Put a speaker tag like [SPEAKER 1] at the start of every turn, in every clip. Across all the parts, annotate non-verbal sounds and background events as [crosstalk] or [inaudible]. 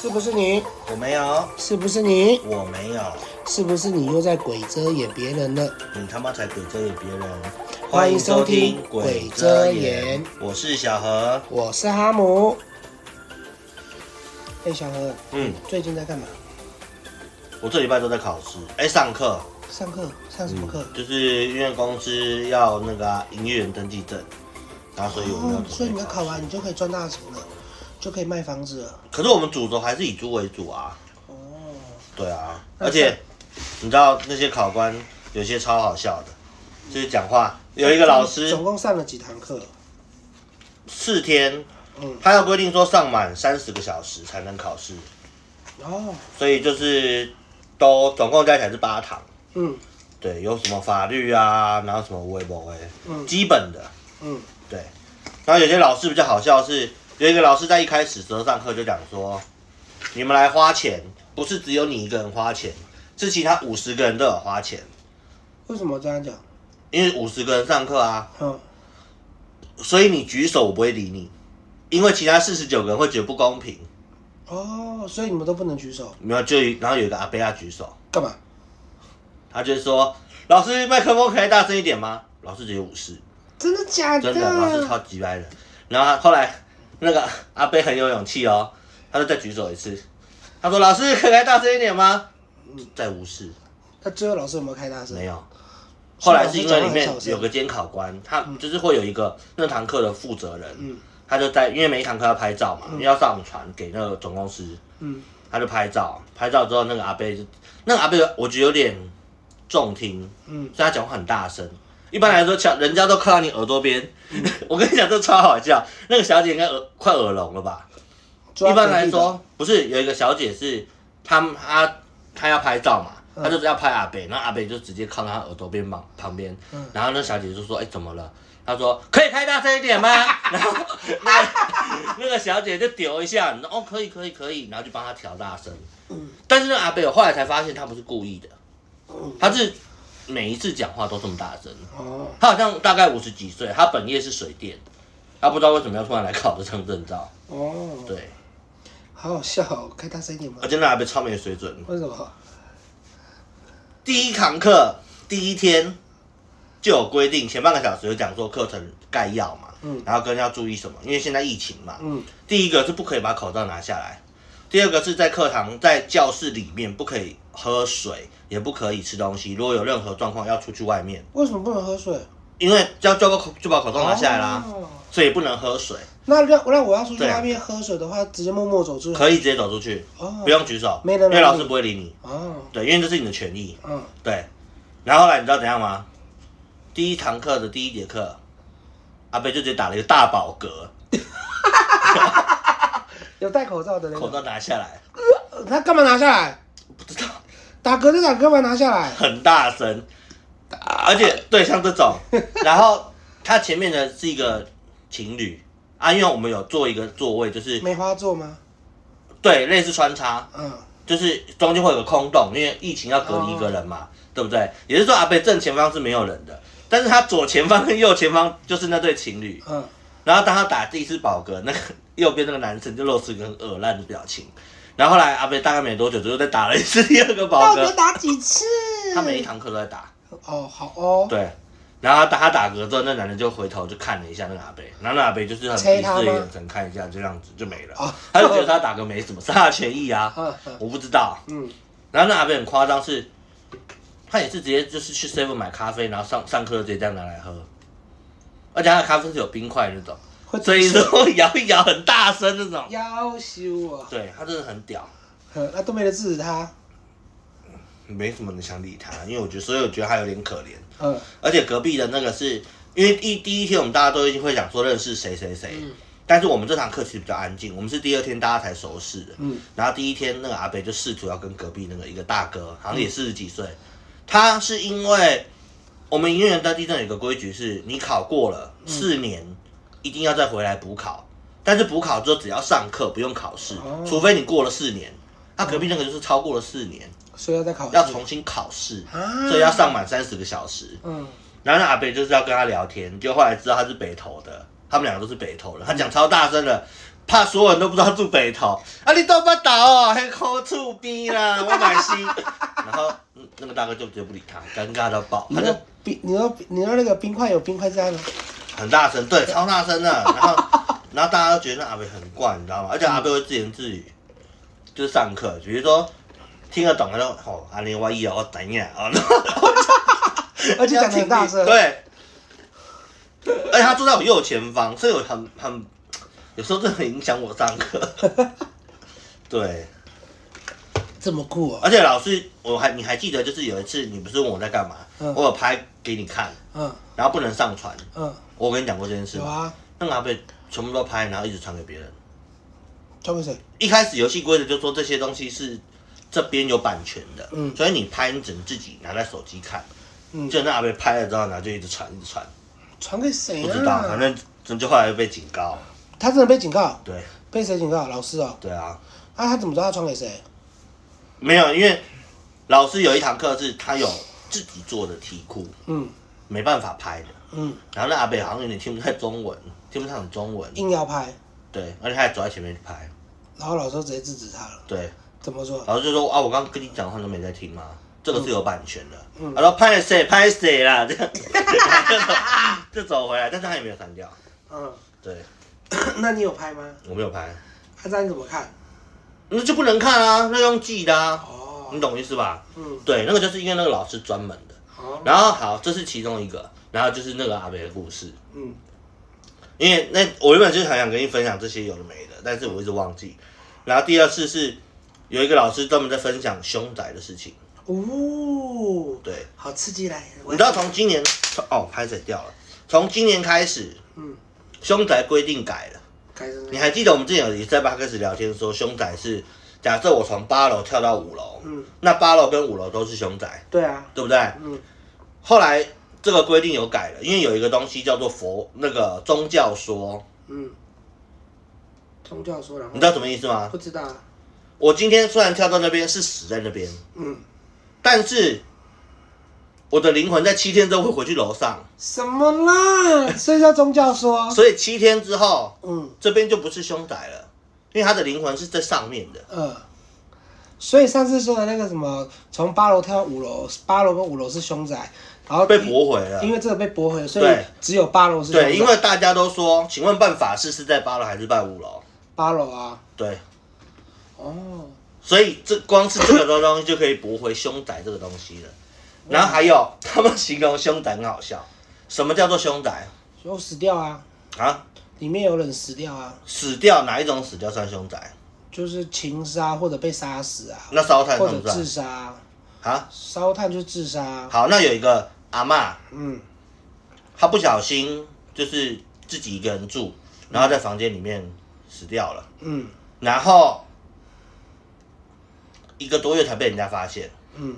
[SPEAKER 1] 是不是你？
[SPEAKER 2] 我没有，
[SPEAKER 1] 是不是你？
[SPEAKER 2] 我没有，
[SPEAKER 1] 是不是你又在鬼遮掩别人了？
[SPEAKER 2] 你他妈才鬼遮眼别人！
[SPEAKER 1] 欢迎收听
[SPEAKER 2] 欢迎
[SPEAKER 1] 鬼遮眼，
[SPEAKER 2] 我是小何。
[SPEAKER 1] 我是哈姆。哎，小何，
[SPEAKER 2] 嗯，
[SPEAKER 1] 最近在干嘛？
[SPEAKER 2] 我这礼拜都在考试，哎，上课，
[SPEAKER 1] 上课？嗯上什么课？
[SPEAKER 2] 就是因为公司要那个啊营业员登记证，然后所以我们要、
[SPEAKER 1] 哦，所以你要考完，你。就可以赚大钱了，就可以卖房子了。
[SPEAKER 2] 可是我们主轴还是以猪为主啊，
[SPEAKER 1] 哦，
[SPEAKER 2] 对啊，
[SPEAKER 1] 那
[SPEAKER 2] 而且你知道那些考官有些超好笑的，就是讲话有一个老师
[SPEAKER 1] 总共上了几堂课？
[SPEAKER 2] 四天，
[SPEAKER 1] 嗯，
[SPEAKER 2] 他要规定说上满三十个小时才能考试，
[SPEAKER 1] 哦，
[SPEAKER 2] 所以就是都总共加起来是八堂。
[SPEAKER 1] 嗯
[SPEAKER 2] 对，有什么法律啊，然后什么微博哎，
[SPEAKER 1] 嗯
[SPEAKER 2] 基本的。
[SPEAKER 1] 嗯，
[SPEAKER 2] 对，然后有些老师比较好笑是，有一个老师在一开始则上课就讲说，你们来花钱，不是只有你一个人花钱，是其他五十个人都有花钱，
[SPEAKER 1] 为什么这样讲？
[SPEAKER 2] 因为五十个人上课啊，
[SPEAKER 1] 嗯，
[SPEAKER 2] 所以你举手我不会理你，因为其他四十九个人会觉得不公平。
[SPEAKER 1] 哦，所以你们都不能举手，
[SPEAKER 2] 然后就然后有一个阿贝亚举手，
[SPEAKER 1] 干嘛？
[SPEAKER 2] 他就说，老师麦克风可以大声一点吗？老师只有五十。
[SPEAKER 1] 真的假
[SPEAKER 2] 真的，老师超级掰的。然后他后来那个阿贝很有勇气哦，他就再举手一次，他说：“老师，可以开大声一点吗？”再无视，
[SPEAKER 1] 那最后老师有没有开大声
[SPEAKER 2] 没？有。后来是因为
[SPEAKER 1] 所以老师讲
[SPEAKER 2] 里
[SPEAKER 1] 话
[SPEAKER 2] 面
[SPEAKER 1] 很小声
[SPEAKER 2] 有个监考官，他就是会有一个那堂课的负责人
[SPEAKER 1] 嗯，
[SPEAKER 2] 他就在因为每一堂课要拍照嘛，因为要上传给那个总公司，
[SPEAKER 1] 嗯，
[SPEAKER 2] 他就拍照，拍照之后那个阿贝就，那个阿贝我觉得有点重听，
[SPEAKER 1] 嗯，
[SPEAKER 2] 所以他讲话很大声。一般来说，小人家都靠到你耳朵边， [laughs] 我跟你讲，这超好笑。那个小姐应该耳快耳聋了吧？
[SPEAKER 1] 抓
[SPEAKER 2] 一般来
[SPEAKER 1] 隔壁的
[SPEAKER 2] 说，不是有一个小姐是她她她要拍照嘛，
[SPEAKER 1] 嗯
[SPEAKER 2] 她就是要拍阿北，然后阿北就直接靠她耳朵边旁旁边
[SPEAKER 1] 嗯，
[SPEAKER 2] 然后那小姐就说：“哎、怎么了？”她说：“可以开大声一点吗？” [laughs] 然后那个那个小姐就丢一下，哦，可以可以可以，然后就帮她调大声。但是那阿北我后来才发现他不是故意的，他是每一次讲话都这么大声。
[SPEAKER 1] 哦，
[SPEAKER 2] 他好像大概五十几岁，他本业是水电，他不知道为什么要突然来考这张证照。
[SPEAKER 1] 哦，
[SPEAKER 2] 对，
[SPEAKER 1] 好好笑哦，开大声一点吗
[SPEAKER 2] 而？且那阿北超没水准。
[SPEAKER 1] 为什么？
[SPEAKER 2] 第一堂课第一天就有规定，前半个小时有讲说课程概要嘛，
[SPEAKER 1] 嗯
[SPEAKER 2] 然后跟要注意什么，因为现在疫情嘛，
[SPEAKER 1] 嗯
[SPEAKER 2] 第一个是不可以把口罩拿下来，第二个是在课堂在教室里面不可以喝水，也不可以吃东西，如果有任何状况要出去外面，
[SPEAKER 1] 为什么不能喝水？
[SPEAKER 2] 因为要叫个口就把口罩拿下来啦，
[SPEAKER 1] 哦
[SPEAKER 2] 所以不能喝水，
[SPEAKER 1] 那让那我要出去
[SPEAKER 2] 对
[SPEAKER 1] 外面喝水的话，直接默默走出去。
[SPEAKER 2] 可以直接走出去，
[SPEAKER 1] 哦，
[SPEAKER 2] 不用举手，
[SPEAKER 1] 没人
[SPEAKER 2] 因为
[SPEAKER 1] 拦
[SPEAKER 2] 老
[SPEAKER 1] 你
[SPEAKER 2] 师不会理你，
[SPEAKER 1] 哦，
[SPEAKER 2] 对，因为这是你的权益。
[SPEAKER 1] 嗯
[SPEAKER 2] 对，然后后来你知道怎样吗？第一堂课的第一节课，阿贝就直接打了一个大饱嗝，
[SPEAKER 1] 有戴口罩的那
[SPEAKER 2] 口
[SPEAKER 1] 个，
[SPEAKER 2] 罩拿下来，
[SPEAKER 1] 呃他干嘛拿下来？
[SPEAKER 2] 不知道
[SPEAKER 1] 打嗝就打，干嘛拿下来？
[SPEAKER 2] 很大声，而且对像这
[SPEAKER 1] [laughs]
[SPEAKER 2] 种，然后他前面的是一个情侣啊，因为我们有做一个座位，就是
[SPEAKER 1] 梅花座吗？
[SPEAKER 2] 对类似穿插，
[SPEAKER 1] 嗯，
[SPEAKER 2] 就是中间会有个空洞，因为疫情要隔离一个人
[SPEAKER 1] 哦
[SPEAKER 2] 嘛，对不对？也就是说阿贝正前方是没有人的，但是他左前方跟右前方就是那对情侣。
[SPEAKER 1] 嗯，
[SPEAKER 2] 然后当他打第一次饱嗝，那个右边那个男生就露出一个很恶烂的表情。然后后来阿贝大概没多久，就又再打了一次第二个饱
[SPEAKER 1] 到底要
[SPEAKER 2] 嗝。
[SPEAKER 1] 打几次？
[SPEAKER 2] 他每一堂课都在打，
[SPEAKER 1] 哦，好哦，
[SPEAKER 2] 对。然后他打他打嗝之后，那男的就回头就看了一下那个阿贝，然后那阿贝就是很
[SPEAKER 1] 切
[SPEAKER 2] 鄙
[SPEAKER 1] 他吗
[SPEAKER 2] 视的眼神看一下，就这样子就没了
[SPEAKER 1] 哦。
[SPEAKER 2] 他就觉得他打嗝没什么，是他的权益啊
[SPEAKER 1] [laughs] 嗯嗯，
[SPEAKER 2] 我不知道。
[SPEAKER 1] 嗯，
[SPEAKER 2] 然后那阿贝很夸张是，他也是直接就是去 seven 买咖啡，然后上上课就直接这样拿来喝，而且他的咖啡是有冰块那种。
[SPEAKER 1] 会
[SPEAKER 2] 所以说摇一摇很大声那种。
[SPEAKER 1] 要修啊，
[SPEAKER 2] 对他真的很屌，
[SPEAKER 1] 嗯那都没人制止他。
[SPEAKER 2] 没什么人想理他，因为我觉得，所以我觉得他有点可怜。
[SPEAKER 1] 嗯
[SPEAKER 2] 而且隔壁的那个是因为一第一天我们大家都一定会想说认识谁谁谁，
[SPEAKER 1] 嗯
[SPEAKER 2] 但是我们这堂课其实比较安静，我们是第二天大家才熟识的。
[SPEAKER 1] 嗯
[SPEAKER 2] 然后第一天那个阿北就试图要跟隔壁那个一个大哥，好像也四十几岁，他是因为我们营业员在地震有个规矩是，你考过了四年，一定要再回来补考，但是补考之后只要上课不用考试，
[SPEAKER 1] 哦
[SPEAKER 2] 除非你过了四年。他隔壁那个就是超过了四年，
[SPEAKER 1] 所以要再考一次
[SPEAKER 2] 要重新考试，
[SPEAKER 1] 哦啊
[SPEAKER 2] 所以要上满三十个小时。
[SPEAKER 1] 嗯
[SPEAKER 2] 然后那阿北就是要跟他聊天，就后来知道他是北投的，他们两个都是北投人，他讲超大声的，怕所有人都不知道住北投，啊，你都不倒哦，还抠厝边啦，我买西，然后、嗯那个大哥就直接不理他，尴尬到爆，
[SPEAKER 1] 你
[SPEAKER 2] 他就
[SPEAKER 1] 说冰，你说你说那个冰块有冰块
[SPEAKER 2] [laughs]
[SPEAKER 1] 在吗？
[SPEAKER 2] 很大声，对，超大声的，然后然后大家都觉得那阿北很怪，你知道吗？而且阿北会自言自语，就是上课，比如说听得懂，他就哦，阿林我一哦，我等一下哦，然后
[SPEAKER 1] 而且讲的很大声。
[SPEAKER 2] 对，而且他坐在我右前方，所以我很很有时候真的很影响我上课。对，
[SPEAKER 1] 这么酷哦。
[SPEAKER 2] 而且老师，我还你还记得，就是有一次你不是问我在干嘛，
[SPEAKER 1] 嗯
[SPEAKER 2] 我有拍给你看，
[SPEAKER 1] 嗯
[SPEAKER 2] 然后不能上传，
[SPEAKER 1] 嗯，
[SPEAKER 2] 我跟你讲过这件事
[SPEAKER 1] 有
[SPEAKER 2] 吗？
[SPEAKER 1] 啊，
[SPEAKER 2] 那个阿贝全部都拍，然后一直传给别人。
[SPEAKER 1] 交给谁？
[SPEAKER 2] 一开始游戏规则就说这些东西是这边有版权的，
[SPEAKER 1] 嗯
[SPEAKER 2] 所以你拍你只能自己拿在手机看。
[SPEAKER 1] 嗯，
[SPEAKER 2] 就那阿贝拍了之后，然后就一直传，一直传，
[SPEAKER 1] 传给谁
[SPEAKER 2] 不
[SPEAKER 1] 啊？
[SPEAKER 2] 知道，反正就就后来被警告。
[SPEAKER 1] 他真的被警告，
[SPEAKER 2] 对
[SPEAKER 1] 被谁警告？老师哦。
[SPEAKER 2] 对啊，
[SPEAKER 1] 啊，他怎么知道他传给谁？
[SPEAKER 2] 没有，因为老师有一堂课是他有自己做的题库，
[SPEAKER 1] 嗯
[SPEAKER 2] 没办法拍的。
[SPEAKER 1] 嗯，
[SPEAKER 2] 然后那阿北好像有点听不太中文，听不上中文，
[SPEAKER 1] 硬要拍，
[SPEAKER 2] 对，而且他还走在前面去拍，
[SPEAKER 1] 然后老师直接制止他了。
[SPEAKER 2] 对，
[SPEAKER 1] 怎么说？
[SPEAKER 2] 老师就说啊，我刚刚跟你讲话你都没在听吗？这个是有版权的。
[SPEAKER 1] 嗯
[SPEAKER 2] 他说拍谁拍谁啦，这 [laughs] 样就走就走回来，但是他也没有删掉，
[SPEAKER 1] 嗯， [coughs]
[SPEAKER 2] 对
[SPEAKER 1] 那你有拍吗？
[SPEAKER 2] 我没有拍，
[SPEAKER 1] 啊，这样你怎么看？
[SPEAKER 2] 那就不能看啊，那用记的啊，你
[SPEAKER 1] 哦，
[SPEAKER 2] 懂意思吧？
[SPEAKER 1] 嗯，
[SPEAKER 2] 对，那个就是因为那个老师专门的。
[SPEAKER 1] 好，
[SPEAKER 2] 然后好，这是其中一个，然后就是那个阿北的故事。
[SPEAKER 1] 嗯，
[SPEAKER 2] 因为那我原本就是很想跟你分享这些有的没的，但是我一直忘记。然后第二次是有一个老师专门在分享凶宅的事情，
[SPEAKER 1] 哦，
[SPEAKER 2] 对，
[SPEAKER 1] 好刺激来！
[SPEAKER 2] 你知道从今年哦拍水掉了，从今年开始
[SPEAKER 1] 嗯，
[SPEAKER 2] 凶宅规定改了。
[SPEAKER 1] 该是
[SPEAKER 2] 你还记得我们之前有一次在八开始聊天说凶宅是假设我从八楼跳到五楼，
[SPEAKER 1] 嗯，
[SPEAKER 2] 那八楼跟五楼都是凶宅，
[SPEAKER 1] 对啊，
[SPEAKER 2] 对不对？
[SPEAKER 1] 嗯
[SPEAKER 2] 后来这个规定有改了，因为有一个东西叫做佛那个宗教说，
[SPEAKER 1] 嗯，宗教说然后
[SPEAKER 2] 你知道什么意思吗？
[SPEAKER 1] 不知道啊，
[SPEAKER 2] 我今天虽然跳到那边是死在那边，
[SPEAKER 1] 嗯，
[SPEAKER 2] 但是我的灵魂在七天之后会回去楼上，
[SPEAKER 1] 什么
[SPEAKER 2] [laughs]
[SPEAKER 1] 啦？所以叫宗教说，
[SPEAKER 2] 所以七天之后
[SPEAKER 1] 嗯
[SPEAKER 2] 这边就不是凶宅了，因为他的灵魂是在上面的。
[SPEAKER 1] 呃，所以上次说的那个什么，从八楼跳到五楼，八楼跟五楼是凶宅，然后
[SPEAKER 2] 被驳回了
[SPEAKER 1] 因，为这个被驳回了，所以
[SPEAKER 2] 对
[SPEAKER 1] 只有八楼是凶宅
[SPEAKER 2] 对，因为大家都说，请问办法事是在八楼还是拜五楼？
[SPEAKER 1] 八楼啊，
[SPEAKER 2] 对，
[SPEAKER 1] 哦，
[SPEAKER 2] 所以这光是这个东东西就可以驳回凶宅这个东西了。然后还有他们形容凶宅很好笑，什么叫做凶宅
[SPEAKER 1] 就死掉啊，
[SPEAKER 2] 啊？
[SPEAKER 1] 里面有人死掉啊，
[SPEAKER 2] 死掉哪一种死掉算凶宅？
[SPEAKER 1] 就是情杀或者被杀死啊，
[SPEAKER 2] 那烧炭
[SPEAKER 1] 或
[SPEAKER 2] 算
[SPEAKER 1] 者
[SPEAKER 2] 不算
[SPEAKER 1] 自杀啊，
[SPEAKER 2] 啊？
[SPEAKER 1] 烧炭就是自杀啊，
[SPEAKER 2] 好，那有一个阿嬷，
[SPEAKER 1] 嗯
[SPEAKER 2] 她不小心就是自己一个人住，然后在房间里面死掉了，
[SPEAKER 1] 嗯
[SPEAKER 2] 然后一个多月才被人家发现，
[SPEAKER 1] 嗯，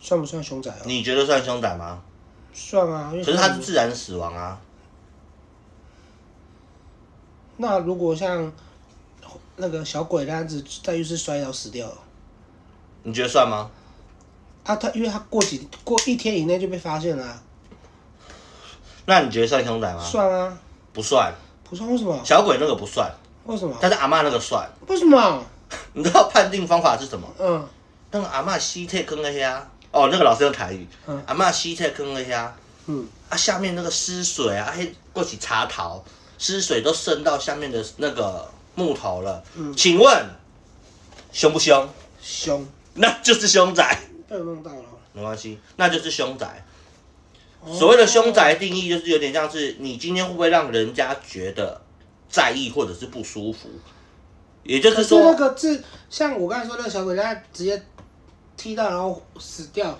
[SPEAKER 1] 算不算凶宅啊？
[SPEAKER 2] 你觉得算凶宅吗？
[SPEAKER 1] 算啊，因为
[SPEAKER 2] 可是她是自然死亡啊，
[SPEAKER 1] 那如果像那个小鬼那样子在浴室摔倒死掉了，
[SPEAKER 2] 你觉得算吗？
[SPEAKER 1] 啊，他因为他过几过一天以内就被发现了啊、
[SPEAKER 2] 那你觉得算凶宅吗？
[SPEAKER 1] 算啊，
[SPEAKER 2] 不算，
[SPEAKER 1] 不算为什么？
[SPEAKER 2] 小鬼那个不算，
[SPEAKER 1] 为什么？
[SPEAKER 2] 但是阿嬷那个算。
[SPEAKER 1] 为什么？
[SPEAKER 2] 你知道判定方法是什么？
[SPEAKER 1] 嗯，
[SPEAKER 2] 那个阿嬷西退坑了呀，哦，那个老师用台语，
[SPEAKER 1] 嗯
[SPEAKER 2] 阿嬷西退坑了呀，
[SPEAKER 1] 嗯，
[SPEAKER 2] 啊，下面那个湿水啊，嘿，过去茶桃，湿水都渗到下面的那个木头了。
[SPEAKER 1] 嗯
[SPEAKER 2] 请问凶不凶？
[SPEAKER 1] 凶
[SPEAKER 2] 那就是凶宅，
[SPEAKER 1] 被我弄到了。哦
[SPEAKER 2] 没关系，那就是凶宅。所谓的凶宅定义，就是有点像是你今天会不会让人家觉得在意或者是不舒服，也就
[SPEAKER 1] 可
[SPEAKER 2] 是
[SPEAKER 1] 是那
[SPEAKER 2] 说，
[SPEAKER 1] 个字，像我刚才说那个小鬼，他直接踢到然后死掉，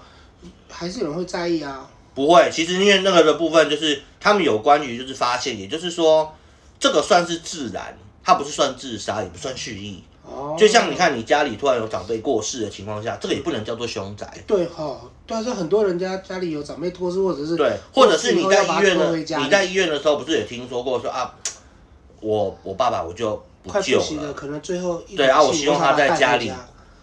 [SPEAKER 1] 还是有人会在意啊。
[SPEAKER 2] 不会，其实因为那个的部分就是他们有关于就是发现，也就是说，这个算是自然，它不是算自杀，也不算蓄意。
[SPEAKER 1] 哦，
[SPEAKER 2] 就像你看，你家里突然有长辈过世的情况下，这个也不能叫做凶宅，
[SPEAKER 1] 对哈，但是很多人家家里有长辈过世，或者是
[SPEAKER 2] 对，或者是你在
[SPEAKER 1] 或者是以
[SPEAKER 2] 医院
[SPEAKER 1] 后要把它拖
[SPEAKER 2] 的，
[SPEAKER 1] 回家里
[SPEAKER 2] 你在医院的时候，不是也听说过说啊，我我爸爸我就不
[SPEAKER 1] 快
[SPEAKER 2] 救
[SPEAKER 1] 不行了，
[SPEAKER 2] 了，
[SPEAKER 1] 可能最后一口气
[SPEAKER 2] 对啊，我希望他
[SPEAKER 1] 我想把
[SPEAKER 2] 在
[SPEAKER 1] 带回家
[SPEAKER 2] 家里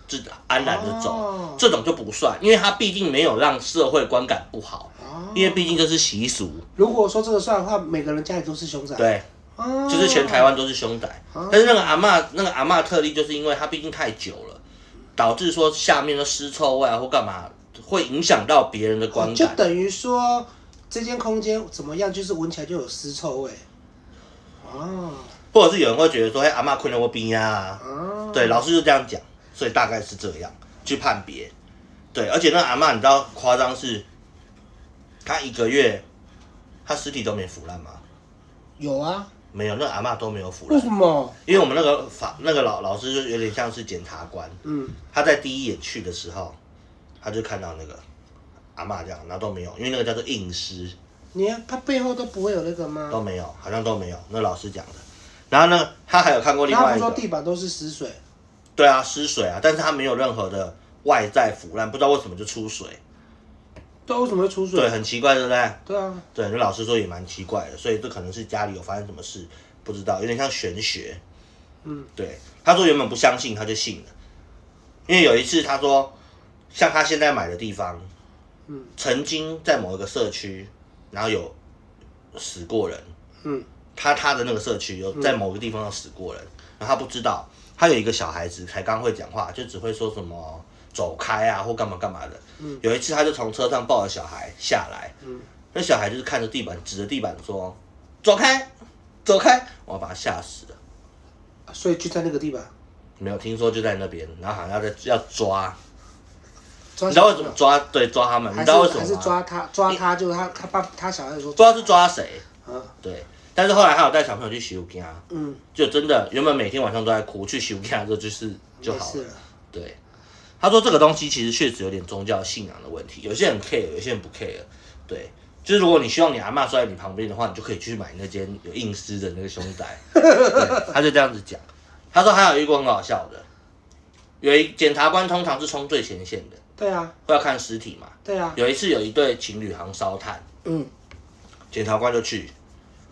[SPEAKER 2] 自安然的走，
[SPEAKER 1] 哦
[SPEAKER 2] 这种就不算，因为他毕竟没有让社会观感不好，
[SPEAKER 1] 哦
[SPEAKER 2] 因为毕竟这是习俗，
[SPEAKER 1] 如果说这个算的话，每个人家里都是凶宅。
[SPEAKER 2] 对，
[SPEAKER 1] 哦，哦，
[SPEAKER 2] 就是全台湾都是凶宅。
[SPEAKER 1] 哦
[SPEAKER 2] 但是那个阿嬷，那个阿嬷特例，就是因为她毕竟太久了，导致说下面的尸臭味啊或干嘛，会影响到别人的观
[SPEAKER 1] 哦就
[SPEAKER 2] 感。
[SPEAKER 1] 等于说这间空间怎么样，就是闻起来就有尸臭味。哦，
[SPEAKER 2] 或者是有人会觉得说，哎、阿嬷困了我冰啊，
[SPEAKER 1] 哦，
[SPEAKER 2] 对，老师就这样讲，所以大概是这样去判别。对，而且那阿嬷你知道夸张是，她一个月，她尸体都没腐烂吗？
[SPEAKER 1] 有啊，
[SPEAKER 2] 没有，那阿嬷都没有腐
[SPEAKER 1] 为
[SPEAKER 2] 烂
[SPEAKER 1] 什，么？
[SPEAKER 2] 因为我们那个法那个老老师就有点像是检察官，
[SPEAKER 1] 嗯，
[SPEAKER 2] 他在第一眼去的时候，他就看到那个阿嬷这样，然后都没有，因为那个叫做硬尸，
[SPEAKER 1] 你看它背后都不会有那个吗？
[SPEAKER 2] 都没有，好像都没有。那老师讲的。然后呢，他还有看过另
[SPEAKER 1] 然后
[SPEAKER 2] 外
[SPEAKER 1] 他
[SPEAKER 2] 一
[SPEAKER 1] 说
[SPEAKER 2] 个，
[SPEAKER 1] 地板都是死水，
[SPEAKER 2] 对啊，失水啊，但是他没有任何的外在腐烂，不知道为什么就出水，
[SPEAKER 1] 对，为什么会出
[SPEAKER 2] 对，
[SPEAKER 1] 水？
[SPEAKER 2] 很奇怪，对不对？
[SPEAKER 1] 对啊，
[SPEAKER 2] 对，那老师说也蛮奇怪的，所以这可能是家里有发生什么事，不知道，有点像玄学。
[SPEAKER 1] 嗯，
[SPEAKER 2] 对，他说原本不相信，他就信了，因为有一次他说，像他现在买的地方，
[SPEAKER 1] 嗯，
[SPEAKER 2] 曾经在某一个社区，然后有死过人，
[SPEAKER 1] 嗯，
[SPEAKER 2] 他他的那个社区有在某个地方有死过人，然后他不知道，他有一个小孩子才刚会讲话，就只会说什么走开啊或干嘛干嘛的，
[SPEAKER 1] 嗯，
[SPEAKER 2] 有一次他就从车上抱着小孩下来，
[SPEAKER 1] 嗯，
[SPEAKER 2] 那小孩就是看着地板，指着地板说走开，走开，我要把他吓死了。
[SPEAKER 1] 啊所以就在那个地板。
[SPEAKER 2] 没有听说就在那边，然后好像要在要抓，
[SPEAKER 1] 抓
[SPEAKER 2] 你知道为什么抓？对，抓他们，你
[SPEAKER 1] 还
[SPEAKER 2] 知
[SPEAKER 1] 是
[SPEAKER 2] 道为什么
[SPEAKER 1] 还
[SPEAKER 2] 吗？
[SPEAKER 1] 是抓他抓他，就是他他爸他小孩子说
[SPEAKER 2] 不知道是抓谁，
[SPEAKER 1] 嗯
[SPEAKER 2] 对。但是后来他有带小朋友去洗浴啊，
[SPEAKER 1] 嗯，
[SPEAKER 2] 就真的原本每天晚上都在哭，去洗浴啊之后就是就
[SPEAKER 1] 没
[SPEAKER 2] 好
[SPEAKER 1] 事
[SPEAKER 2] 了。
[SPEAKER 1] 了，
[SPEAKER 2] 对，他说这个东西其实确实有点宗教信仰的问题，有些人 care，有些人不 care。对，就是如果你希望你阿嬷睡在你旁边的话，你就可以去买那间有硬尸的那个胸带。对，他就这样子讲。他说还有一个很好笑的，有一检察官通常是冲最前线的，
[SPEAKER 1] 对啊
[SPEAKER 2] 会要看尸体嘛。
[SPEAKER 1] 对啊，
[SPEAKER 2] 有一次有一对情侣行烧炭，
[SPEAKER 1] 嗯，
[SPEAKER 2] 检察官就去，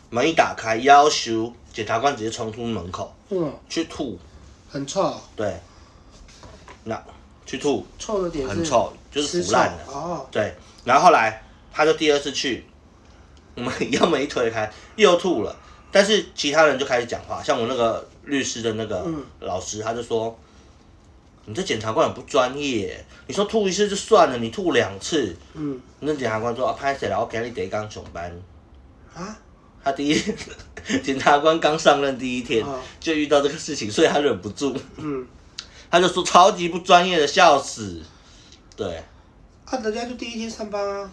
[SPEAKER 2] 门一打开，要求检察官直接冲出门口
[SPEAKER 1] 嗯，
[SPEAKER 2] 去吐，
[SPEAKER 1] 很臭，
[SPEAKER 2] 对，那去吐
[SPEAKER 1] 臭的点是
[SPEAKER 2] 很臭，就是
[SPEAKER 1] 吃
[SPEAKER 2] 腐
[SPEAKER 1] 臭
[SPEAKER 2] 烂了，
[SPEAKER 1] 哦，
[SPEAKER 2] 对。然后后来他就第二次去，我们一样没推开，又吐了。但是其他人就开始讲话，像我那个律师的那个
[SPEAKER 1] 嗯
[SPEAKER 2] 老师，他就说：“你这检察官很不专业，你说吐一次就算了，你吐两次，
[SPEAKER 1] 嗯
[SPEAKER 2] 那检察官说啊，拍谁了？我给你得刚上班。
[SPEAKER 1] 啊，
[SPEAKER 2] 他第一， [laughs] 检察官刚上任第一天、
[SPEAKER 1] 哦
[SPEAKER 2] 就遇到这个事情，所以他忍不住，
[SPEAKER 1] 嗯，
[SPEAKER 2] 他就说超级不专业的，笑死。对，
[SPEAKER 1] 啊，人家就第一天上班啊，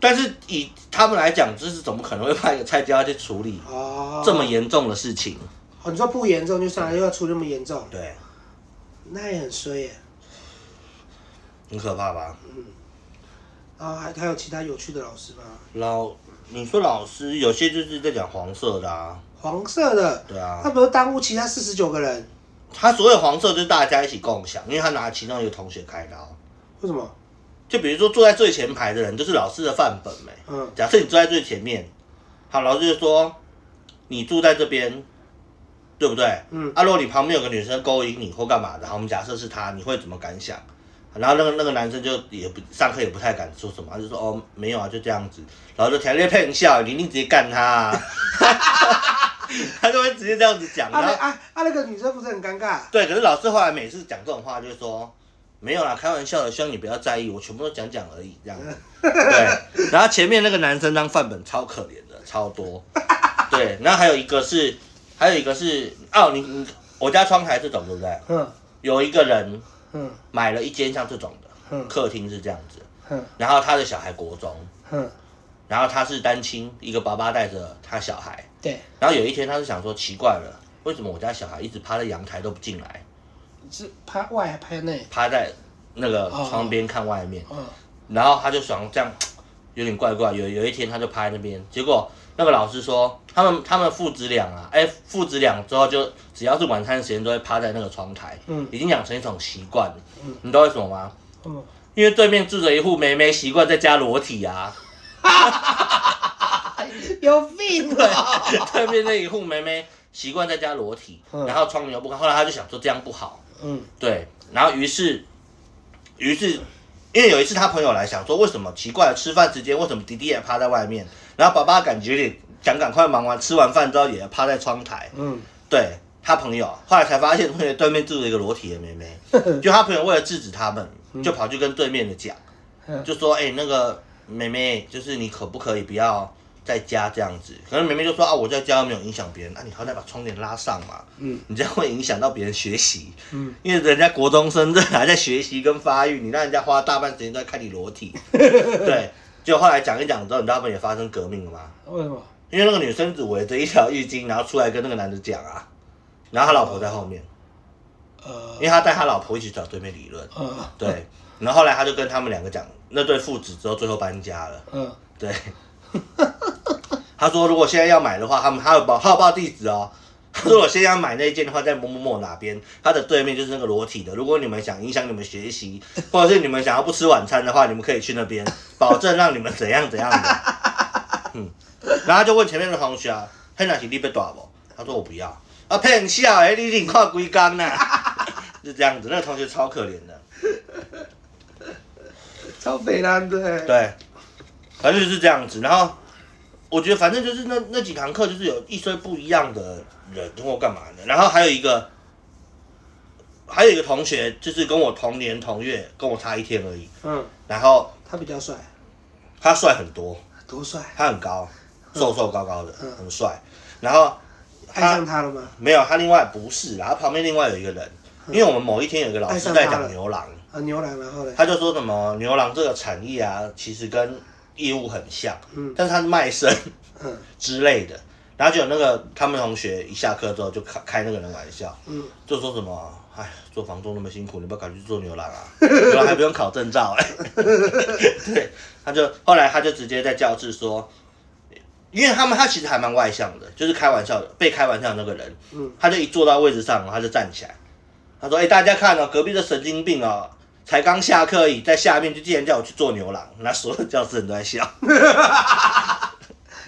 [SPEAKER 2] 但是以他们来讲，就是怎么可能会派一个菜椒去处理
[SPEAKER 1] 哦，
[SPEAKER 2] 这么严重的事情？
[SPEAKER 1] 哦，你说不严重就上来，又要出那么严重，
[SPEAKER 2] 对，
[SPEAKER 1] 那也很衰耶。
[SPEAKER 2] 很可怕吧？
[SPEAKER 1] 然后哦还还有其他有趣的老师吗？
[SPEAKER 2] 老，你说老师有些就是在讲黄色的啊，
[SPEAKER 1] 黄色的，
[SPEAKER 2] 对啊
[SPEAKER 1] 他，不是耽误其他四十九个人？
[SPEAKER 2] 他所有黄色就是大家一起共享，因为他拿其中一个同学开刀。
[SPEAKER 1] 为什么？
[SPEAKER 2] 就比如说坐在最前排的人，就是老师的范本没、
[SPEAKER 1] 嗯
[SPEAKER 2] 假设你坐在最前面，好，老师就说你住在这边，对不对？
[SPEAKER 1] 嗯
[SPEAKER 2] 啊，如果你旁边有个女生勾引你或干嘛的，好，我们假设是她，你会怎么感想？然后那个那个男生就也不上课也不太敢说什么，他就说哦没有啊，就这样子。然后就强烈骗笑，你一定直接干他、 [laughs] 啊，他就会直接这样子讲。
[SPEAKER 1] 啊
[SPEAKER 2] 然
[SPEAKER 1] 那
[SPEAKER 2] 后
[SPEAKER 1] 啊啊那个女生不是很尴尬？
[SPEAKER 2] 对，可是老师后来每次讲这种话，就会说没有啦，开玩笑的，希望你不要在意，我全部都讲讲而已，这样
[SPEAKER 1] 嗯
[SPEAKER 2] 子。对， [laughs] 然后前面那个男生当范本超可怜的，超多。对， [laughs] 然后还有一个是，还有一个是哦，你你我家窗台这种对不对？
[SPEAKER 1] 嗯
[SPEAKER 2] 有一个人
[SPEAKER 1] 嗯
[SPEAKER 2] 买了一间像这种的
[SPEAKER 1] 嗯
[SPEAKER 2] 客厅是这样子，
[SPEAKER 1] 嗯
[SPEAKER 2] 然后他的小孩国中，
[SPEAKER 1] 嗯，
[SPEAKER 2] 然后他是单亲，一个爸爸带着他小孩，
[SPEAKER 1] 对，
[SPEAKER 2] 然后有一天他是想说奇怪了，为什么我家小孩一直趴在阳台都不进来？
[SPEAKER 1] 是拍外还拍内？
[SPEAKER 2] 趴在那个
[SPEAKER 1] 哦
[SPEAKER 2] 窗边看外面，
[SPEAKER 1] 嗯
[SPEAKER 2] 然后他就想这样有点怪怪。有有一天他就趴在那边，结果那个老师说他们他们父子俩啊，哎父子俩之后就只要是晚餐时间都会趴在那个窗台，
[SPEAKER 1] 嗯
[SPEAKER 2] 已经养成一种习惯了。
[SPEAKER 1] 嗯
[SPEAKER 2] 你知道为什么吗？
[SPEAKER 1] 嗯，
[SPEAKER 2] 因为对面住着一户妹妹，习惯在家裸
[SPEAKER 1] [laughs]
[SPEAKER 2] 体啊。
[SPEAKER 1] 有病啊！
[SPEAKER 2] 对面那一户妹妹习惯在家裸体，
[SPEAKER 1] 嗯
[SPEAKER 2] 然后窗帘又不开。后来他就想说这样不好，
[SPEAKER 1] 嗯
[SPEAKER 2] 对，然后于是，于是，因为有一次他朋友来想说，为什么奇怪，吃饭时间为什么弟弟也趴在外面，然后爸爸感觉有点想赶快忙完，吃完饭之后也趴在窗台，
[SPEAKER 1] 嗯，
[SPEAKER 2] 对他朋友，后来才发现同学对面住了一个裸体的妹妹，就他朋友为了制止他们，就跑去跟对面的讲，
[SPEAKER 1] 嗯
[SPEAKER 2] 就说：“哎、那个妹妹，就是你可不可以不要在家这样子？”可是妹妹就说：“啊，我在家又没有影响别人，那、你好歹把窗帘拉上嘛，
[SPEAKER 1] 嗯
[SPEAKER 2] 你这样会影响到别人学习，
[SPEAKER 1] 嗯，
[SPEAKER 2] 因为人家国中生这还在学习跟发育，你让人家花大半时间都在看你裸体，对。”就后来讲一讲之后，你知道他们也发生革命了吗？
[SPEAKER 1] 为什么？
[SPEAKER 2] 因为那个女生只围着一条浴巾，然后出来跟那个男的讲啊，然后他老婆在后面，
[SPEAKER 1] 呃
[SPEAKER 2] 因为他带他老婆一起找对面理论，
[SPEAKER 1] 呃
[SPEAKER 2] 对，然后后来他就跟他们两个讲，那对父子之后最后搬家了，
[SPEAKER 1] 呃，
[SPEAKER 2] 对， [laughs] 他说如果现在要买的话，他们还有报还有报地址哦。 [laughs] 他说我现在要买那一件的话，在某某某哪边，他的对面就是那个裸体的。如果你们想影响你们学习，或者是你们想要不吃晚餐的话，你们可以去那边，保证让你们怎样怎样的。嗯，然后他就问前面的同学啊，黑男行李被打不？他说我不要。啊，骗笑哎，你领跨龟缸呢？ [laughs] 就这样子，那个同学超可怜的。
[SPEAKER 1] 超北南的，
[SPEAKER 2] 对，反正就是这样子。然后我觉得反正就是那那几堂课就是有一堆不一样的人或干嘛的。然后还有一个，还有一个同学就是跟我同年同月，跟我差一天而已。
[SPEAKER 1] 嗯，
[SPEAKER 2] 然后
[SPEAKER 1] 他比较帅，
[SPEAKER 2] 他帅很多，
[SPEAKER 1] 多帅，
[SPEAKER 2] 他很高，瘦瘦高高的，
[SPEAKER 1] 嗯
[SPEAKER 2] 很帅。然后
[SPEAKER 1] 爱上他了吗？
[SPEAKER 2] 没有他另外不是啦，他旁边另外有一个人，因为我们某一天有一个老
[SPEAKER 1] 爱
[SPEAKER 2] 师
[SPEAKER 1] 上
[SPEAKER 2] 在
[SPEAKER 1] 他
[SPEAKER 2] 讲
[SPEAKER 1] 了
[SPEAKER 2] 牛郎。
[SPEAKER 1] 啊，牛郎，然后嘞，
[SPEAKER 2] 他就说什么牛郎这个产业啊，其实跟业务很像，
[SPEAKER 1] 嗯
[SPEAKER 2] 但是他是卖身
[SPEAKER 1] 嗯
[SPEAKER 2] 之类的。然后就有那个他们同学一下课之后就开开那个人玩笑，
[SPEAKER 1] 嗯，
[SPEAKER 2] 就说什么，哎，做房东那么辛苦，你不要赶去做牛郎啊， [laughs] 牛郎还不用考证照哎、对，他就后来他就直接在教室说，因为他们他其实还蛮外向的，就是开玩笑的，被开玩笑的那个人，
[SPEAKER 1] 嗯
[SPEAKER 2] 他就一坐到位置上，然后他就站起来，他说：“哎、大家看哦，隔壁的神经病哦，才刚下课而已，在下面就竟然叫我去做牛郎。”那所有教室人都在笑，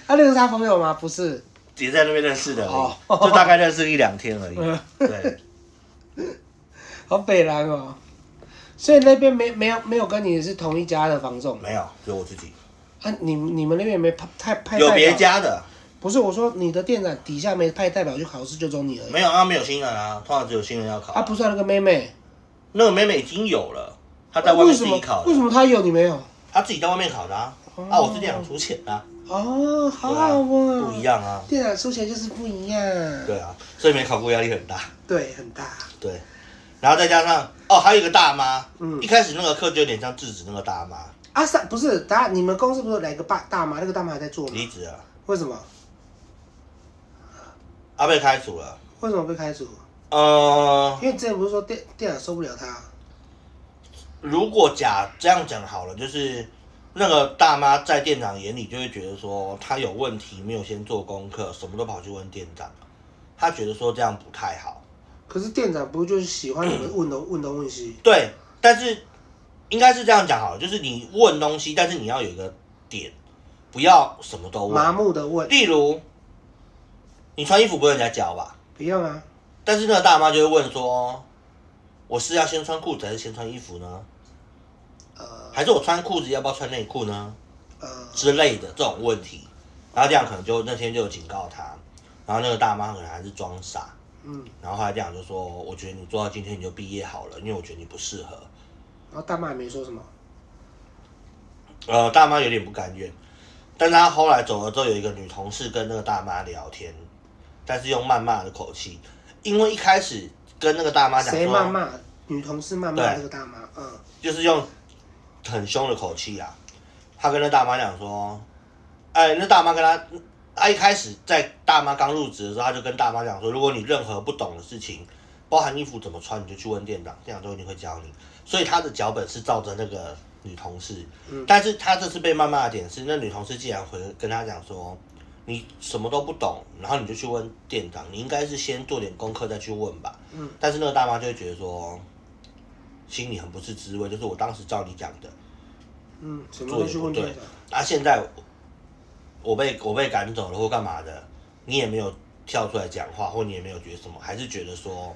[SPEAKER 1] 他认识他朋友吗？不是，
[SPEAKER 2] 也在那边认识的而已，
[SPEAKER 1] 哦
[SPEAKER 2] 就大概认识一两天而已。
[SPEAKER 1] 嗯，
[SPEAKER 2] 对，
[SPEAKER 1] 好北南哦。所以那边没没有没有跟你是同一家的房仲
[SPEAKER 2] 没有，只有我自己，
[SPEAKER 1] 啊？你你们那边没派派派
[SPEAKER 2] 有
[SPEAKER 1] 代
[SPEAKER 2] 别
[SPEAKER 1] 表？
[SPEAKER 2] 家的，
[SPEAKER 1] 不是，我说你的店长底下没派代表去考试，就只有你而已。
[SPEAKER 2] 没有啊，没有新人啊，通常只有新人要考。
[SPEAKER 1] 啊，不是啊那个妹妹，
[SPEAKER 2] 那个妹妹已经有了，她在外
[SPEAKER 1] 为
[SPEAKER 2] 面
[SPEAKER 1] 什
[SPEAKER 2] 自
[SPEAKER 1] 么
[SPEAKER 2] 己考
[SPEAKER 1] 啊为什
[SPEAKER 2] 的，
[SPEAKER 1] 么她有你没有？
[SPEAKER 2] 她自己在外面考的啊。
[SPEAKER 1] 哦
[SPEAKER 2] 啊，我是店长出钱的啊，
[SPEAKER 1] 哦，好
[SPEAKER 2] 对
[SPEAKER 1] 好
[SPEAKER 2] 啊，
[SPEAKER 1] 哦，
[SPEAKER 2] 不一。样啊，
[SPEAKER 1] 店长出钱就是不一样，
[SPEAKER 2] 对啊，所以没考过压力很大。
[SPEAKER 1] 对，很大。
[SPEAKER 2] 对，然后再加上哦，还有一个大妈，
[SPEAKER 1] 嗯
[SPEAKER 2] 一开始那个课就有点像制止那个大妈
[SPEAKER 1] 啊，三不是，他你们公司不是有来个大大妈，那个大妈还在做吗？
[SPEAKER 2] 离职了，
[SPEAKER 1] 为什么？
[SPEAKER 2] 她被开除了。
[SPEAKER 1] 为什么被开除？
[SPEAKER 2] 呃，
[SPEAKER 1] 因为之前不是说店店长受不了他，
[SPEAKER 2] 如果假这样讲好了，就是那个大妈在店长眼里就会觉得说她有问题，没有先做功课，什么都跑去问店长，她觉得说这样不太好。
[SPEAKER 1] 可是店长不就是喜欢你们问东问东问西？
[SPEAKER 2] 对，但是应该是这样讲好了，就是你问东西，但是你要有一个点，不要什么都
[SPEAKER 1] 麻
[SPEAKER 2] 问。
[SPEAKER 1] 木的问，
[SPEAKER 2] 例如，你穿衣服不会人家教吧？
[SPEAKER 1] 不用啊，
[SPEAKER 2] 但是那个大妈就会问说，我是要先穿裤子还是先穿衣服呢？
[SPEAKER 1] 呃
[SPEAKER 2] 还是我穿裤子要不要穿内裤呢？
[SPEAKER 1] 呃，
[SPEAKER 2] 之类的这种问题，然后这样可能就那天就有警告他，然后那个大妈可能还是装傻，
[SPEAKER 1] 嗯，
[SPEAKER 2] 然后后来店长就说，我觉得你做到今天你就毕业好了，因为我觉得你不适合。
[SPEAKER 1] 然后大妈也没说什么，
[SPEAKER 2] 呃，大妈有点不甘愿，但是她后来走了之后，有一个女同事跟那个大妈聊天，但是用谩骂的口气，因为一开始跟那个大妈讲
[SPEAKER 1] 谁
[SPEAKER 2] 说，
[SPEAKER 1] 谩骂女同事谩骂
[SPEAKER 2] 对
[SPEAKER 1] 这个大妈，嗯
[SPEAKER 2] 就是用很凶的口气啊，他跟那大妈讲说，哎，那大妈跟他，他一开始在大妈刚入职的时候，他就跟大妈讲说，如果你任何不懂的事情，包含衣服怎么穿，你就去问店长，店长都一定会教你。所以他的脚本是照着那个女同事，
[SPEAKER 1] 嗯
[SPEAKER 2] 但是他这次被谩骂的点是，那女同事竟然回跟他讲说，你什么都不懂，然后你就去问店长，你应该是先做点功课再去问吧。
[SPEAKER 1] 嗯，
[SPEAKER 2] 但是那个大妈就会觉得说，心里很不是滋味，就是我当时照你讲的，
[SPEAKER 1] 嗯，什么
[SPEAKER 2] 做
[SPEAKER 1] 都
[SPEAKER 2] 也
[SPEAKER 1] 去
[SPEAKER 2] 不
[SPEAKER 1] 问
[SPEAKER 2] 对
[SPEAKER 1] 店长，，
[SPEAKER 2] 啊，现在我我被我被赶走了或干嘛的，你也没有跳出来讲话，或你也没有觉得什么，还是觉得说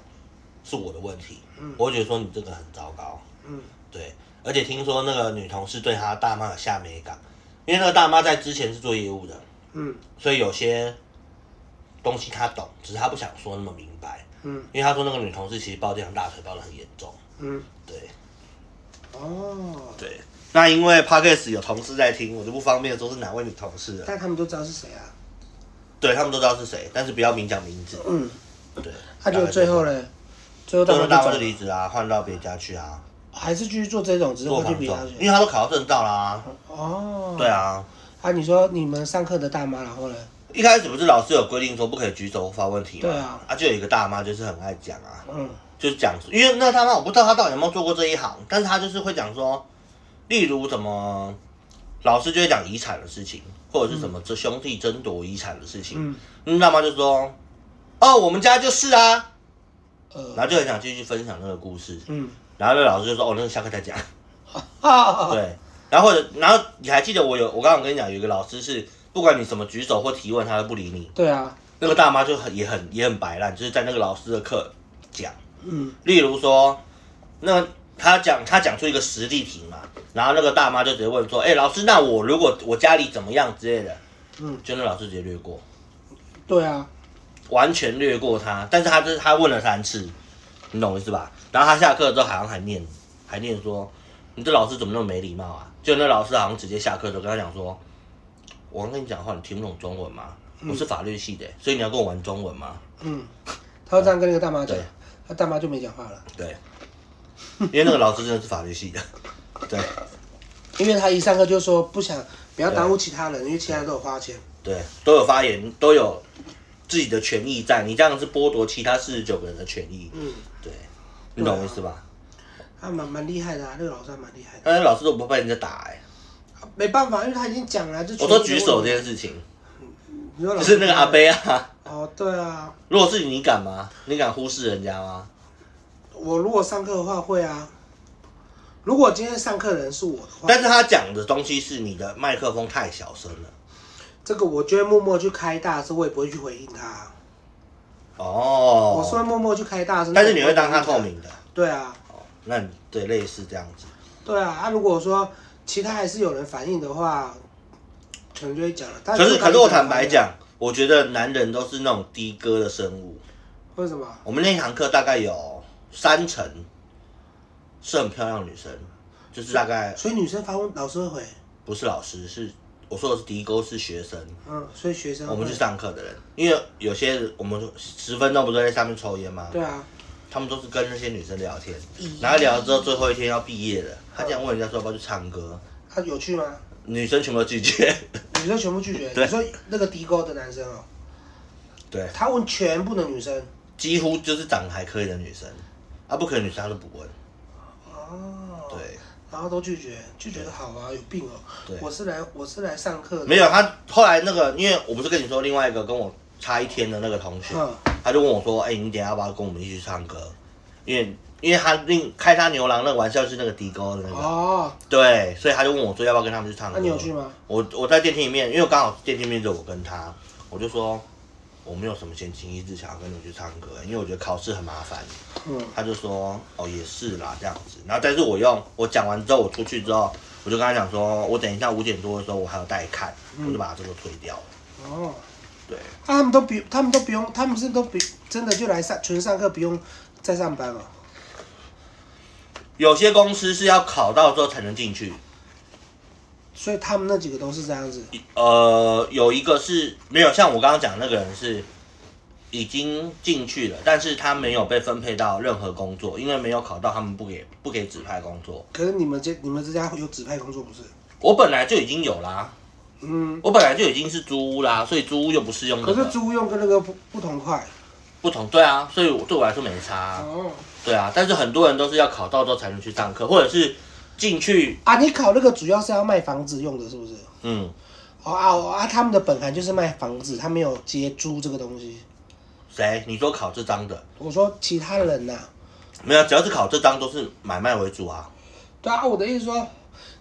[SPEAKER 2] 是我的问题，
[SPEAKER 1] 嗯
[SPEAKER 2] 我会觉得说你这个很糟糕，
[SPEAKER 1] 嗯
[SPEAKER 2] 对，而且听说那个女同事对她大妈有下美感，因为那个大妈在之前是做业务的，
[SPEAKER 1] 嗯
[SPEAKER 2] 所以有些东西他懂，只是他不想说那么明白。
[SPEAKER 1] 嗯
[SPEAKER 2] 因为他说那个女同事其实抱这样大腿抱得很严重。
[SPEAKER 1] 嗯，
[SPEAKER 2] 对
[SPEAKER 1] 哦，
[SPEAKER 2] 对，那因为 podcast 有同事在听，我就不方便说是哪位女同事了。
[SPEAKER 1] 但他们都知道是谁啊？
[SPEAKER 2] 对他们都知道是谁，但是不要明讲名字。
[SPEAKER 1] 嗯，
[SPEAKER 2] 对，
[SPEAKER 1] 他就最后嘞，最后
[SPEAKER 2] 大
[SPEAKER 1] 到底
[SPEAKER 2] 概就是，最后大
[SPEAKER 1] 走
[SPEAKER 2] 部分就离职啊，换到别家去啊，
[SPEAKER 1] 还是继续做这种，只是
[SPEAKER 2] 做
[SPEAKER 1] 会去
[SPEAKER 2] 房
[SPEAKER 1] 比他
[SPEAKER 2] 仲，因为他都考到证照啦。
[SPEAKER 1] 哦，
[SPEAKER 2] 对啊，
[SPEAKER 1] 啊，你说你们上课的大妈，然后呢？
[SPEAKER 2] 一开始不是老师有规定说不可以举手发问题吗？
[SPEAKER 1] 对啊，
[SPEAKER 2] 啊就有一个大妈就是很爱讲啊，
[SPEAKER 1] 嗯
[SPEAKER 2] 就是讲，因为那个大妈我不知道她到底有没有做过这一行，但是她就是会讲说，例如怎么老师就会讲遗产的事情，或者是什么这兄弟争夺遗产的事情，
[SPEAKER 1] 嗯，
[SPEAKER 2] 嗯，大妈就说，哦，我们家就是啊，然
[SPEAKER 1] 呃，
[SPEAKER 2] 后就很想继续分享那个故事，
[SPEAKER 1] 嗯，
[SPEAKER 2] 然后那老师就说，哦，那个下课再讲，
[SPEAKER 1] 啊，
[SPEAKER 2] 对，然后或者然后你还记得我有我刚刚跟你讲有一个老师是不管你怎么举手或提问，他都不理你，
[SPEAKER 1] [laughs] 对啊，
[SPEAKER 2] 那个大妈就很也很也很白烂，就是在那个老师的课讲。
[SPEAKER 1] 嗯
[SPEAKER 2] 例如说，那他讲他讲出一个实例题嘛，然后那个大妈就直接问说：“哎、老师，那我如果我家里怎么样之类的？”
[SPEAKER 1] 嗯，
[SPEAKER 2] 就那老师直接略过，
[SPEAKER 1] 对啊，
[SPEAKER 2] 完全略过他。但是他就是他问了三次，你懂我意思吧？然后他下课之后好像还念还念说：“你这老师怎么那么没礼貌啊？”就那老师好像直接下课就跟他讲说：“我刚跟你讲话，你听不懂中文吗？我是法律系的，所以你要跟我玩中文吗？”
[SPEAKER 1] 嗯，他会这样跟那个大妈讲
[SPEAKER 2] 对，
[SPEAKER 1] 他大妈就没讲话了，
[SPEAKER 2] 对，因为那个老师真的是法律系的，对
[SPEAKER 1] 因为他一上课就说不想不要耽误其他人，因为其他人都有花钱。
[SPEAKER 2] 对，都有发言，都有自己的权益在，你这样是剥夺其他四十九个人的权益，
[SPEAKER 1] 嗯，
[SPEAKER 2] 对，你懂我意思吧？
[SPEAKER 1] 他蛮蛮厉嗯害的啊，那个老师还蛮厉害的。啊
[SPEAKER 2] 但是老师都不怕人家打哎、
[SPEAKER 1] 没办法，因为他已经讲了，就
[SPEAKER 2] 我
[SPEAKER 1] 都
[SPEAKER 2] 说举手这件事情，
[SPEAKER 1] 你 [laughs] 说老
[SPEAKER 2] 就
[SPEAKER 1] 师
[SPEAKER 2] 是那个阿贝啊， [laughs]
[SPEAKER 1] 哦，对啊，
[SPEAKER 2] 如果是你，你敢吗？你敢忽视人家吗？
[SPEAKER 1] 我如果上课的话会啊，如果今天上课的人是我的话，
[SPEAKER 2] 但是他讲的东西是你的麦克风太小声了，
[SPEAKER 1] 这个我就会默默去开大声，我也不会去回应他啊。我是会
[SPEAKER 2] 哦，
[SPEAKER 1] 默默去开大声，
[SPEAKER 2] 但是你会当他透明的，
[SPEAKER 1] 对啊，
[SPEAKER 2] 哦，那你对类似这样子，
[SPEAKER 1] 对啊。啊，如果说其他还是有人反应的话，可能就会讲了。但
[SPEAKER 2] 可是，可是我
[SPEAKER 1] 如果他
[SPEAKER 2] 坦白，讲，我觉得男人都是那种的哥的生物。
[SPEAKER 1] 为什么？
[SPEAKER 2] 我们那一堂课大概有三成是很漂亮的女生，就是大概
[SPEAKER 1] 所以女生发问，老师会回，
[SPEAKER 2] 不是老师，是我说的是的哥是学生，
[SPEAKER 1] 嗯，所以学生会
[SPEAKER 2] 我们去上课的人，因为有些我们十分钟不是在下面抽烟吗？
[SPEAKER 1] 对啊，
[SPEAKER 2] 他们都是跟那些女生聊天，
[SPEAKER 1] 咦
[SPEAKER 2] 然后聊之后最后一天要毕业了，他竟然问人家说要不要去唱歌，
[SPEAKER 1] 他啊有趣吗？
[SPEAKER 2] 女生全部都拒绝。 [laughs]
[SPEAKER 1] 女生全部拒绝。
[SPEAKER 2] 对
[SPEAKER 1] 你说那个低沟的男生哦，
[SPEAKER 2] 对，
[SPEAKER 1] 他问全部的女生。
[SPEAKER 2] 几乎就是长得还可以的女生，啊，不可以的女生她都不问。
[SPEAKER 1] 哦，
[SPEAKER 2] 对，
[SPEAKER 1] 然后都拒绝，拒绝的好啊，有病哦！
[SPEAKER 2] 对
[SPEAKER 1] 我是来我是来上课的，
[SPEAKER 2] 没有，他后来那个，因为我不是跟你说另外一个跟我差一天的那个同学，
[SPEAKER 1] 嗯
[SPEAKER 2] 他就问我说：“哎、你等一下要不要跟我们一起去唱歌？”因为因为他另开他牛郎那个玩笑是那个迪哥的那个，
[SPEAKER 1] 哦，
[SPEAKER 2] 对，所以他就问我说要不要跟他们去唱歌。
[SPEAKER 1] 那你有去吗？
[SPEAKER 2] 我我在电梯里面，因为刚好电梯里面只有我跟他，我就说我没有什么闲情逸致想要跟你去唱歌，欸因为我觉得考试很麻烦。
[SPEAKER 1] 嗯
[SPEAKER 2] 他就说哦也是啦这样子，然后但是我用我讲完之后我出去之后，我就跟他讲说，我等一下五点多的时候我还有带看，我就把这个推掉了。
[SPEAKER 1] 哦，
[SPEAKER 2] 对，
[SPEAKER 1] 啊他们都不他们都不用，他们是都不真的就来上纯上课，不用再上班哦了。
[SPEAKER 2] 有些公司是要考到之后才能进去，
[SPEAKER 1] 所以他们那几个都是这样子，
[SPEAKER 2] 呃，有一个是没有像我刚刚讲那个人是已经进去了，但是他没有被分配到任何工作，因为没有考到，他们不给不给指派工作。
[SPEAKER 1] 可是你们这你们这家有指派工作不是？
[SPEAKER 2] 我本来就已经有啦，
[SPEAKER 1] 嗯，
[SPEAKER 2] 我本来就已经是租屋啦，所以租屋又不适用、这
[SPEAKER 1] 可
[SPEAKER 2] 个。
[SPEAKER 1] 是租用跟那个不不同块。
[SPEAKER 2] 不同，对啊，所以我对我来说没差啊、
[SPEAKER 1] 哦，
[SPEAKER 2] 对啊，但是很多人都是要考到之后才能去上课，或者是进去，
[SPEAKER 1] 啊，你考那个主要是要卖房子用的，是不是？
[SPEAKER 2] 嗯，
[SPEAKER 1] 哦啊哦啊，他们的本行就是卖房子，他没有接租这个东西。
[SPEAKER 2] 谁？你说考这张的
[SPEAKER 1] 我说其他人呐、
[SPEAKER 2] 没有？只要是考这张都是买卖为主啊，
[SPEAKER 1] 对啊，我的意思说，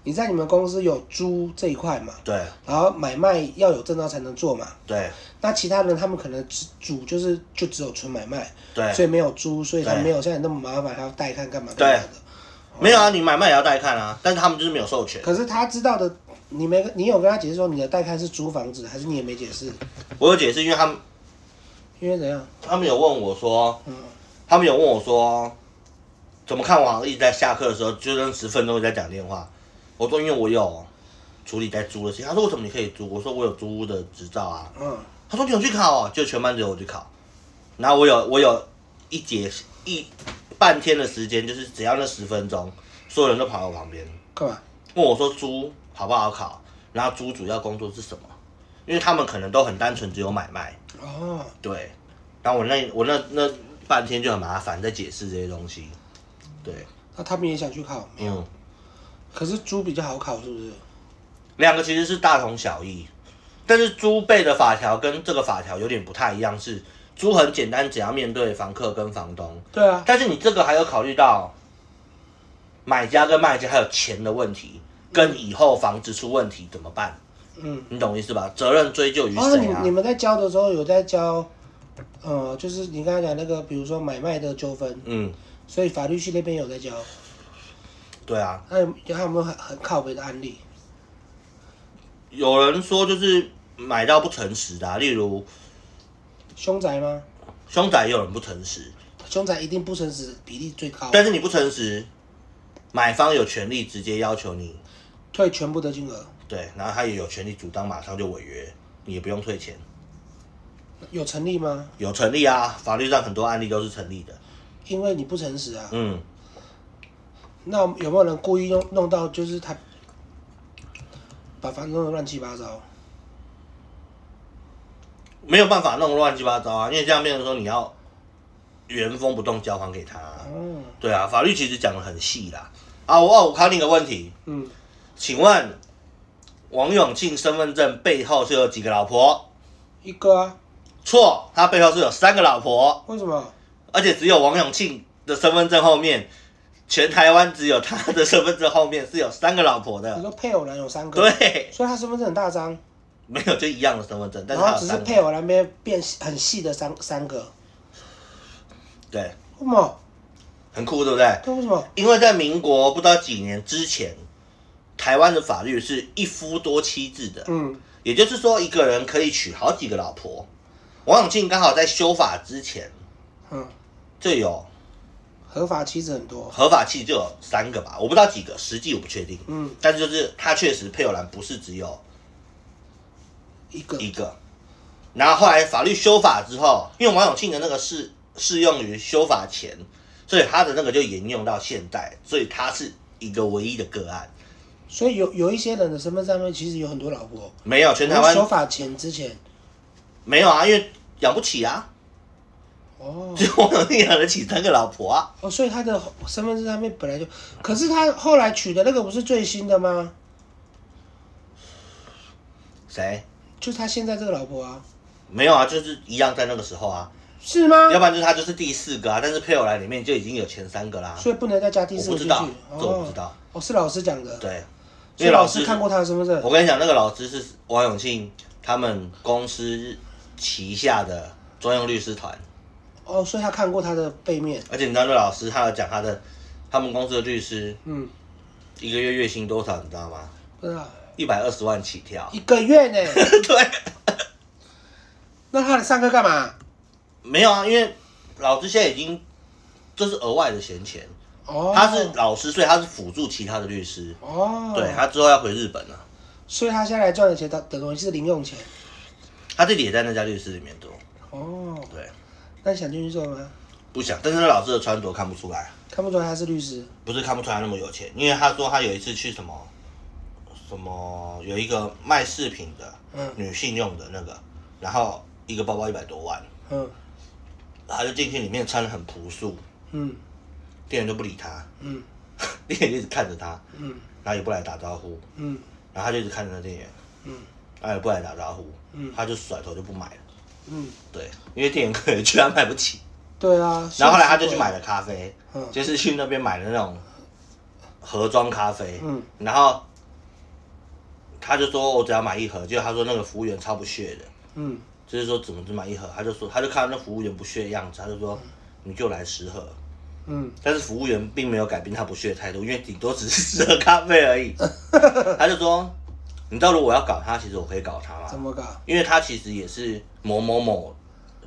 [SPEAKER 1] 你在你们公司有租这一块嘛，
[SPEAKER 2] 对
[SPEAKER 1] 然后买卖要有证照才能做嘛。
[SPEAKER 2] 对
[SPEAKER 1] 那其他人他们可能只主就是就只有纯买卖，所
[SPEAKER 2] 对，
[SPEAKER 1] 以没有租，所以他
[SPEAKER 2] 对
[SPEAKER 1] 没有像你那么麻烦，还要带看干嘛
[SPEAKER 2] 对
[SPEAKER 1] 干嘛的。
[SPEAKER 2] 没有啊，你买卖也要带看啊，但是他们就是没有授权，
[SPEAKER 1] 可是他知道的你没你有跟他解释说你的代开是租房子，还是你也没解释？
[SPEAKER 2] 我有解释，因为他们
[SPEAKER 1] 因为怎样？
[SPEAKER 2] 他们有问我说，
[SPEAKER 1] 嗯，
[SPEAKER 2] 他们有问我说，怎么看我好像一直在下课的时候，就那十分钟在讲电话。我说因为我有处理在租的事情。他说为什么你可以租？我说我有租屋的执照啊。
[SPEAKER 1] 嗯，
[SPEAKER 2] 他说你有去考哦，就全班只有我去考。然后我有我有一节一半天的时间，就是只要那十分钟，所有人都跑到我旁边
[SPEAKER 1] 干嘛？
[SPEAKER 2] 问我说猪好不好考，然后猪主要工作是什么？因为他们可能都很单纯，只有买卖。
[SPEAKER 1] 哦，
[SPEAKER 2] 对，然后我那我那那半天就很麻烦，在解释这些东西。对，
[SPEAKER 1] 那他们也想去考，没有？
[SPEAKER 2] 嗯，
[SPEAKER 1] 可是租比较好考，是不是？
[SPEAKER 2] 两个其实是大同小异，但是猪背的法条跟这个法条有点不太一样，是猪很简单，只要面对房客跟房东，
[SPEAKER 1] 对啊，
[SPEAKER 2] 但是你这个还有考虑到买家跟卖家还有钱的问题，跟以后房子出问题怎么办？
[SPEAKER 1] 嗯。
[SPEAKER 2] 你懂我意思吧？责任追究于
[SPEAKER 1] 哦，那
[SPEAKER 2] 谁
[SPEAKER 1] 你
[SPEAKER 2] 啊
[SPEAKER 1] 你？们在教的时候有在教，呃，就是你刚才讲那个，比如说买卖的纠纷，
[SPEAKER 2] 嗯，
[SPEAKER 1] 所以法律系那边有在教。
[SPEAKER 2] 对啊，
[SPEAKER 1] 那有还有没有很很靠北的案例？
[SPEAKER 2] 有人说就是买到不诚实的、啊，例如
[SPEAKER 1] 凶宅吗？
[SPEAKER 2] 凶宅也有人不诚实，
[SPEAKER 1] 凶宅一定不诚实比例最高，
[SPEAKER 2] 但是你不诚实，买方有权利直接要求你，
[SPEAKER 1] 退全部的金额，
[SPEAKER 2] 对，然后他也有权利主张马上就违约，你也不用退钱，
[SPEAKER 1] 有成立吗？
[SPEAKER 2] 有成立啊，法律上很多案例都是成立的。
[SPEAKER 1] 因为你不诚实啊。
[SPEAKER 2] 嗯，
[SPEAKER 1] 那有没有人故意弄弄到就是他把房弄得乱七八糟？
[SPEAKER 2] 没有办法弄乱七八糟啊，因为这样变成说你要原封不动交还给他啊、
[SPEAKER 1] 哦，
[SPEAKER 2] 对啊，法律其实讲的很细啦。啊，我哦我考你一个问题，
[SPEAKER 1] 嗯，
[SPEAKER 2] 请问王永庆身份证背后是有几个老婆？
[SPEAKER 1] 一个啊，
[SPEAKER 2] 错，他背后是有三个老婆，
[SPEAKER 1] 为什么？
[SPEAKER 2] 而且只有王永庆的身份证后面，全台湾只有他的身份证后面是有三个老婆
[SPEAKER 1] 你 [laughs]
[SPEAKER 2] 的。
[SPEAKER 1] 说配偶栏有三个，，
[SPEAKER 2] 对，
[SPEAKER 1] 所以他身份证很大张，
[SPEAKER 2] 没有就一样的身份证，但
[SPEAKER 1] 然
[SPEAKER 2] 是
[SPEAKER 1] 后
[SPEAKER 2] 他有
[SPEAKER 1] 只是
[SPEAKER 2] 三
[SPEAKER 1] 配
[SPEAKER 2] 个。
[SPEAKER 1] 偶栏边变很细的三三个，
[SPEAKER 2] 对，
[SPEAKER 1] 为什么？
[SPEAKER 2] 很酷，对不对？
[SPEAKER 1] 对，为什么？
[SPEAKER 2] 因为在民国不知道几年之前，台湾的法律是一夫多妻制的。
[SPEAKER 1] 嗯，
[SPEAKER 2] 也就是说，一个人可以娶好几个老婆。王永庆刚好在修法之前
[SPEAKER 1] 嗯，
[SPEAKER 2] 就有
[SPEAKER 1] 合法妻子很多，
[SPEAKER 2] 合法器，就有三个吧，我不知道几个，实际我不确定。
[SPEAKER 1] 嗯，
[SPEAKER 2] 但是就是他确实配偶栏不是只有
[SPEAKER 1] 一个
[SPEAKER 2] 一个。然后后来法律修法之后，因为王永庆的那个适适用于修法前，所以他的那个就沿用到现在，所以他是一个唯一的个案，
[SPEAKER 1] 所以有有一些人的身份上面其实有很多老婆。
[SPEAKER 2] 没有全台
[SPEAKER 1] 哦修
[SPEAKER 2] 湾
[SPEAKER 1] 法前之前，
[SPEAKER 2] 没有啊，因为养不起啊， [laughs]
[SPEAKER 1] 哦
[SPEAKER 2] 只有王永庆养得起三个老婆啊。
[SPEAKER 1] 哦，所以他的身份证上面本来就，可是他后来取的那个不是最新的吗？
[SPEAKER 2] 谁？
[SPEAKER 1] 就是他现在这个老婆啊，
[SPEAKER 2] 没有啊，就是一样在那个时候啊，
[SPEAKER 1] 是吗？
[SPEAKER 2] 要不然就是他就是第四个啊，但是配偶栏里面就已经有前三个啦。
[SPEAKER 1] 所以不能再加第
[SPEAKER 2] 我
[SPEAKER 1] 四
[SPEAKER 2] 不
[SPEAKER 1] 个
[SPEAKER 2] 知
[SPEAKER 1] 进
[SPEAKER 2] 道
[SPEAKER 1] 去，。
[SPEAKER 2] 这我不
[SPEAKER 1] 哦
[SPEAKER 2] 知，道。
[SPEAKER 1] 哦，是老师讲的，
[SPEAKER 2] 对，因
[SPEAKER 1] 所以
[SPEAKER 2] 为
[SPEAKER 1] 老
[SPEAKER 2] 师
[SPEAKER 1] 师看过他的身份证，
[SPEAKER 2] 我跟你讲，那个老师是王永庆他们公司旗下的专用律师团，
[SPEAKER 1] 哦，所以他看过他的背面，
[SPEAKER 2] 而且你知道那老师他有讲他的他们公司的律师
[SPEAKER 1] 嗯，
[SPEAKER 2] 一个月月薪多少，你知道吗？
[SPEAKER 1] 不知道
[SPEAKER 2] 一百二十万起跳。 [laughs]
[SPEAKER 1] 一个月呢，
[SPEAKER 2] 对，
[SPEAKER 1] 那他来上课干嘛？
[SPEAKER 2] 没有啊，因为老师现在已经这是额外的闲钱，
[SPEAKER 1] 哦，
[SPEAKER 2] 他是老师，所以他是辅助其他的律师。
[SPEAKER 1] 哦，
[SPEAKER 2] 对，他之后要回日本了，
[SPEAKER 1] 所以他现在来赚的钱，他等于是零用钱，
[SPEAKER 2] 他自己也在那家律师里面做。
[SPEAKER 1] 哦，
[SPEAKER 2] 对，
[SPEAKER 1] 那你想进去做吗？
[SPEAKER 2] 不想，但是那老师的穿着看不出来，
[SPEAKER 1] 看不出来他是律师，
[SPEAKER 2] 不是看不出来那么有钱，因为他说他有一次去什么什么有一个卖饰品的
[SPEAKER 1] 嗯
[SPEAKER 2] 女性用的那个，然后一个包包一百多万，
[SPEAKER 1] 嗯
[SPEAKER 2] 他就进去里面穿的很朴素，
[SPEAKER 1] 嗯
[SPEAKER 2] 店员都不理他，
[SPEAKER 1] 嗯
[SPEAKER 2] 店员就一直看着他，
[SPEAKER 1] 嗯
[SPEAKER 2] 然后也不来打招呼，
[SPEAKER 1] 嗯
[SPEAKER 2] 然后他就一直看着那店员，
[SPEAKER 1] 嗯
[SPEAKER 2] 然后也不来打招呼，
[SPEAKER 1] 嗯
[SPEAKER 2] 他就甩头就不买了，
[SPEAKER 1] 嗯，
[SPEAKER 2] 对，因为店员可能觉得他买不起，
[SPEAKER 1] 对啊，
[SPEAKER 2] 然后后来他就去买了咖啡，
[SPEAKER 1] 嗯
[SPEAKER 2] 就是去那边买的那种盒装咖啡，
[SPEAKER 1] 嗯
[SPEAKER 2] 然后他就说我只要买一盒，结果他说那个服务员超不屑的，
[SPEAKER 1] 嗯
[SPEAKER 2] 就是说怎么只买一盒，他就说他就看到那服务员不屑的样子，他就说你就来十盒，
[SPEAKER 1] 嗯，
[SPEAKER 2] 但是服务员并没有改变他不屑的态度，因为顶多只是十盒咖啡而已，他就说你知道如果我要搞他，其实我可以搞他
[SPEAKER 1] 怎
[SPEAKER 2] 吗？
[SPEAKER 1] 么搞？
[SPEAKER 2] 因为他其实也是某某某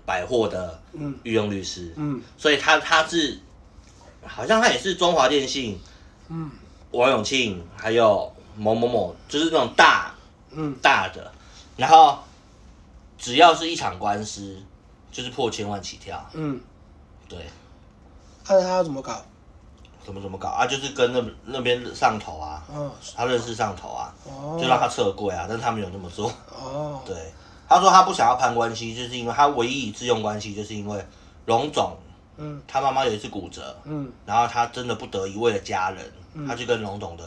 [SPEAKER 2] 百货的
[SPEAKER 1] 嗯
[SPEAKER 2] 御用律师，
[SPEAKER 1] 嗯
[SPEAKER 2] 所以他他是好像他也是中华电信、
[SPEAKER 1] 嗯
[SPEAKER 2] 王永庆还有某某某，就是那种大
[SPEAKER 1] 嗯
[SPEAKER 2] 大的，然后只要是一场官司，就是破千万起跳，
[SPEAKER 1] 嗯，啊
[SPEAKER 2] 对，
[SPEAKER 1] 那他要怎么搞？
[SPEAKER 2] 怎么怎么搞啊？就是跟那那边上头啊，
[SPEAKER 1] 哦
[SPEAKER 2] 他认识上头啊，
[SPEAKER 1] 哦
[SPEAKER 2] 就让他撤柜啊，但是他没有那么做。 [laughs]
[SPEAKER 1] 哦，
[SPEAKER 2] 对，他说他不想要攀关系，就是因为他唯一一次用关系，就是因为龙总
[SPEAKER 1] 嗯
[SPEAKER 2] 他妈妈有一次骨折，
[SPEAKER 1] 嗯
[SPEAKER 2] 然后他真的不得已为了家人，
[SPEAKER 1] 嗯
[SPEAKER 2] 他去跟龙总的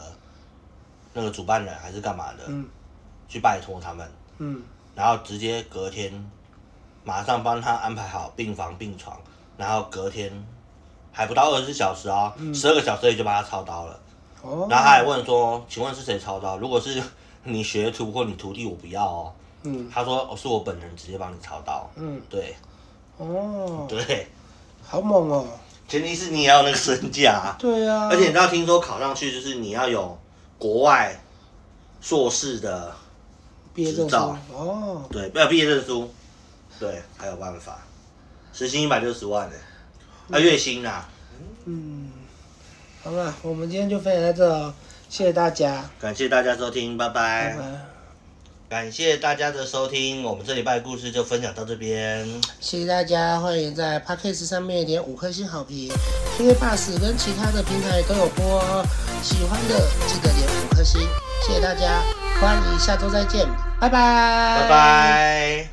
[SPEAKER 2] 那个主办人还是干嘛的、
[SPEAKER 1] 嗯
[SPEAKER 2] 去拜托他们，
[SPEAKER 1] 嗯
[SPEAKER 2] 然后直接隔天马上帮他安排好病房病床，然后隔天还不到二十四小时哦，十二、个小时内就帮他操刀了。
[SPEAKER 1] 嗯哦，
[SPEAKER 2] 然后他还问说：“请问是谁操刀？如果是你学徒或你徒弟，我不要哦。”
[SPEAKER 1] 嗯
[SPEAKER 2] 他说：“哦，是我本人直接帮你操刀。
[SPEAKER 1] 嗯
[SPEAKER 2] 对
[SPEAKER 1] 哦，
[SPEAKER 2] 对，
[SPEAKER 1] 好猛哦，
[SPEAKER 2] 前提是你也要有那个身
[SPEAKER 1] [laughs]
[SPEAKER 2] 价啊、
[SPEAKER 1] 对啊，
[SPEAKER 2] 而且你知道，听说考上去就是你要有国外硕士的
[SPEAKER 1] 毕业证书
[SPEAKER 2] 执照
[SPEAKER 1] 哦，
[SPEAKER 2] 对，要毕业证书，对，还有办法，时薪一百六十万呢、啊，月薪啊，
[SPEAKER 1] 嗯，好了，我们今天就分享到这哦，谢谢大家，
[SPEAKER 2] 感谢大家收听，拜
[SPEAKER 1] 拜
[SPEAKER 2] 拜。
[SPEAKER 1] 拜，
[SPEAKER 2] 感谢大家的收听，我们这礼拜的故事就分享到这边。
[SPEAKER 1] 谢谢大家，欢迎在 p a c k a g e 上面点五颗星好评，KK Bus 跟其他的平台都有播哦，喜欢的记得点五颗星，谢谢大家，欢迎下周再见，拜拜，
[SPEAKER 2] 拜。拜。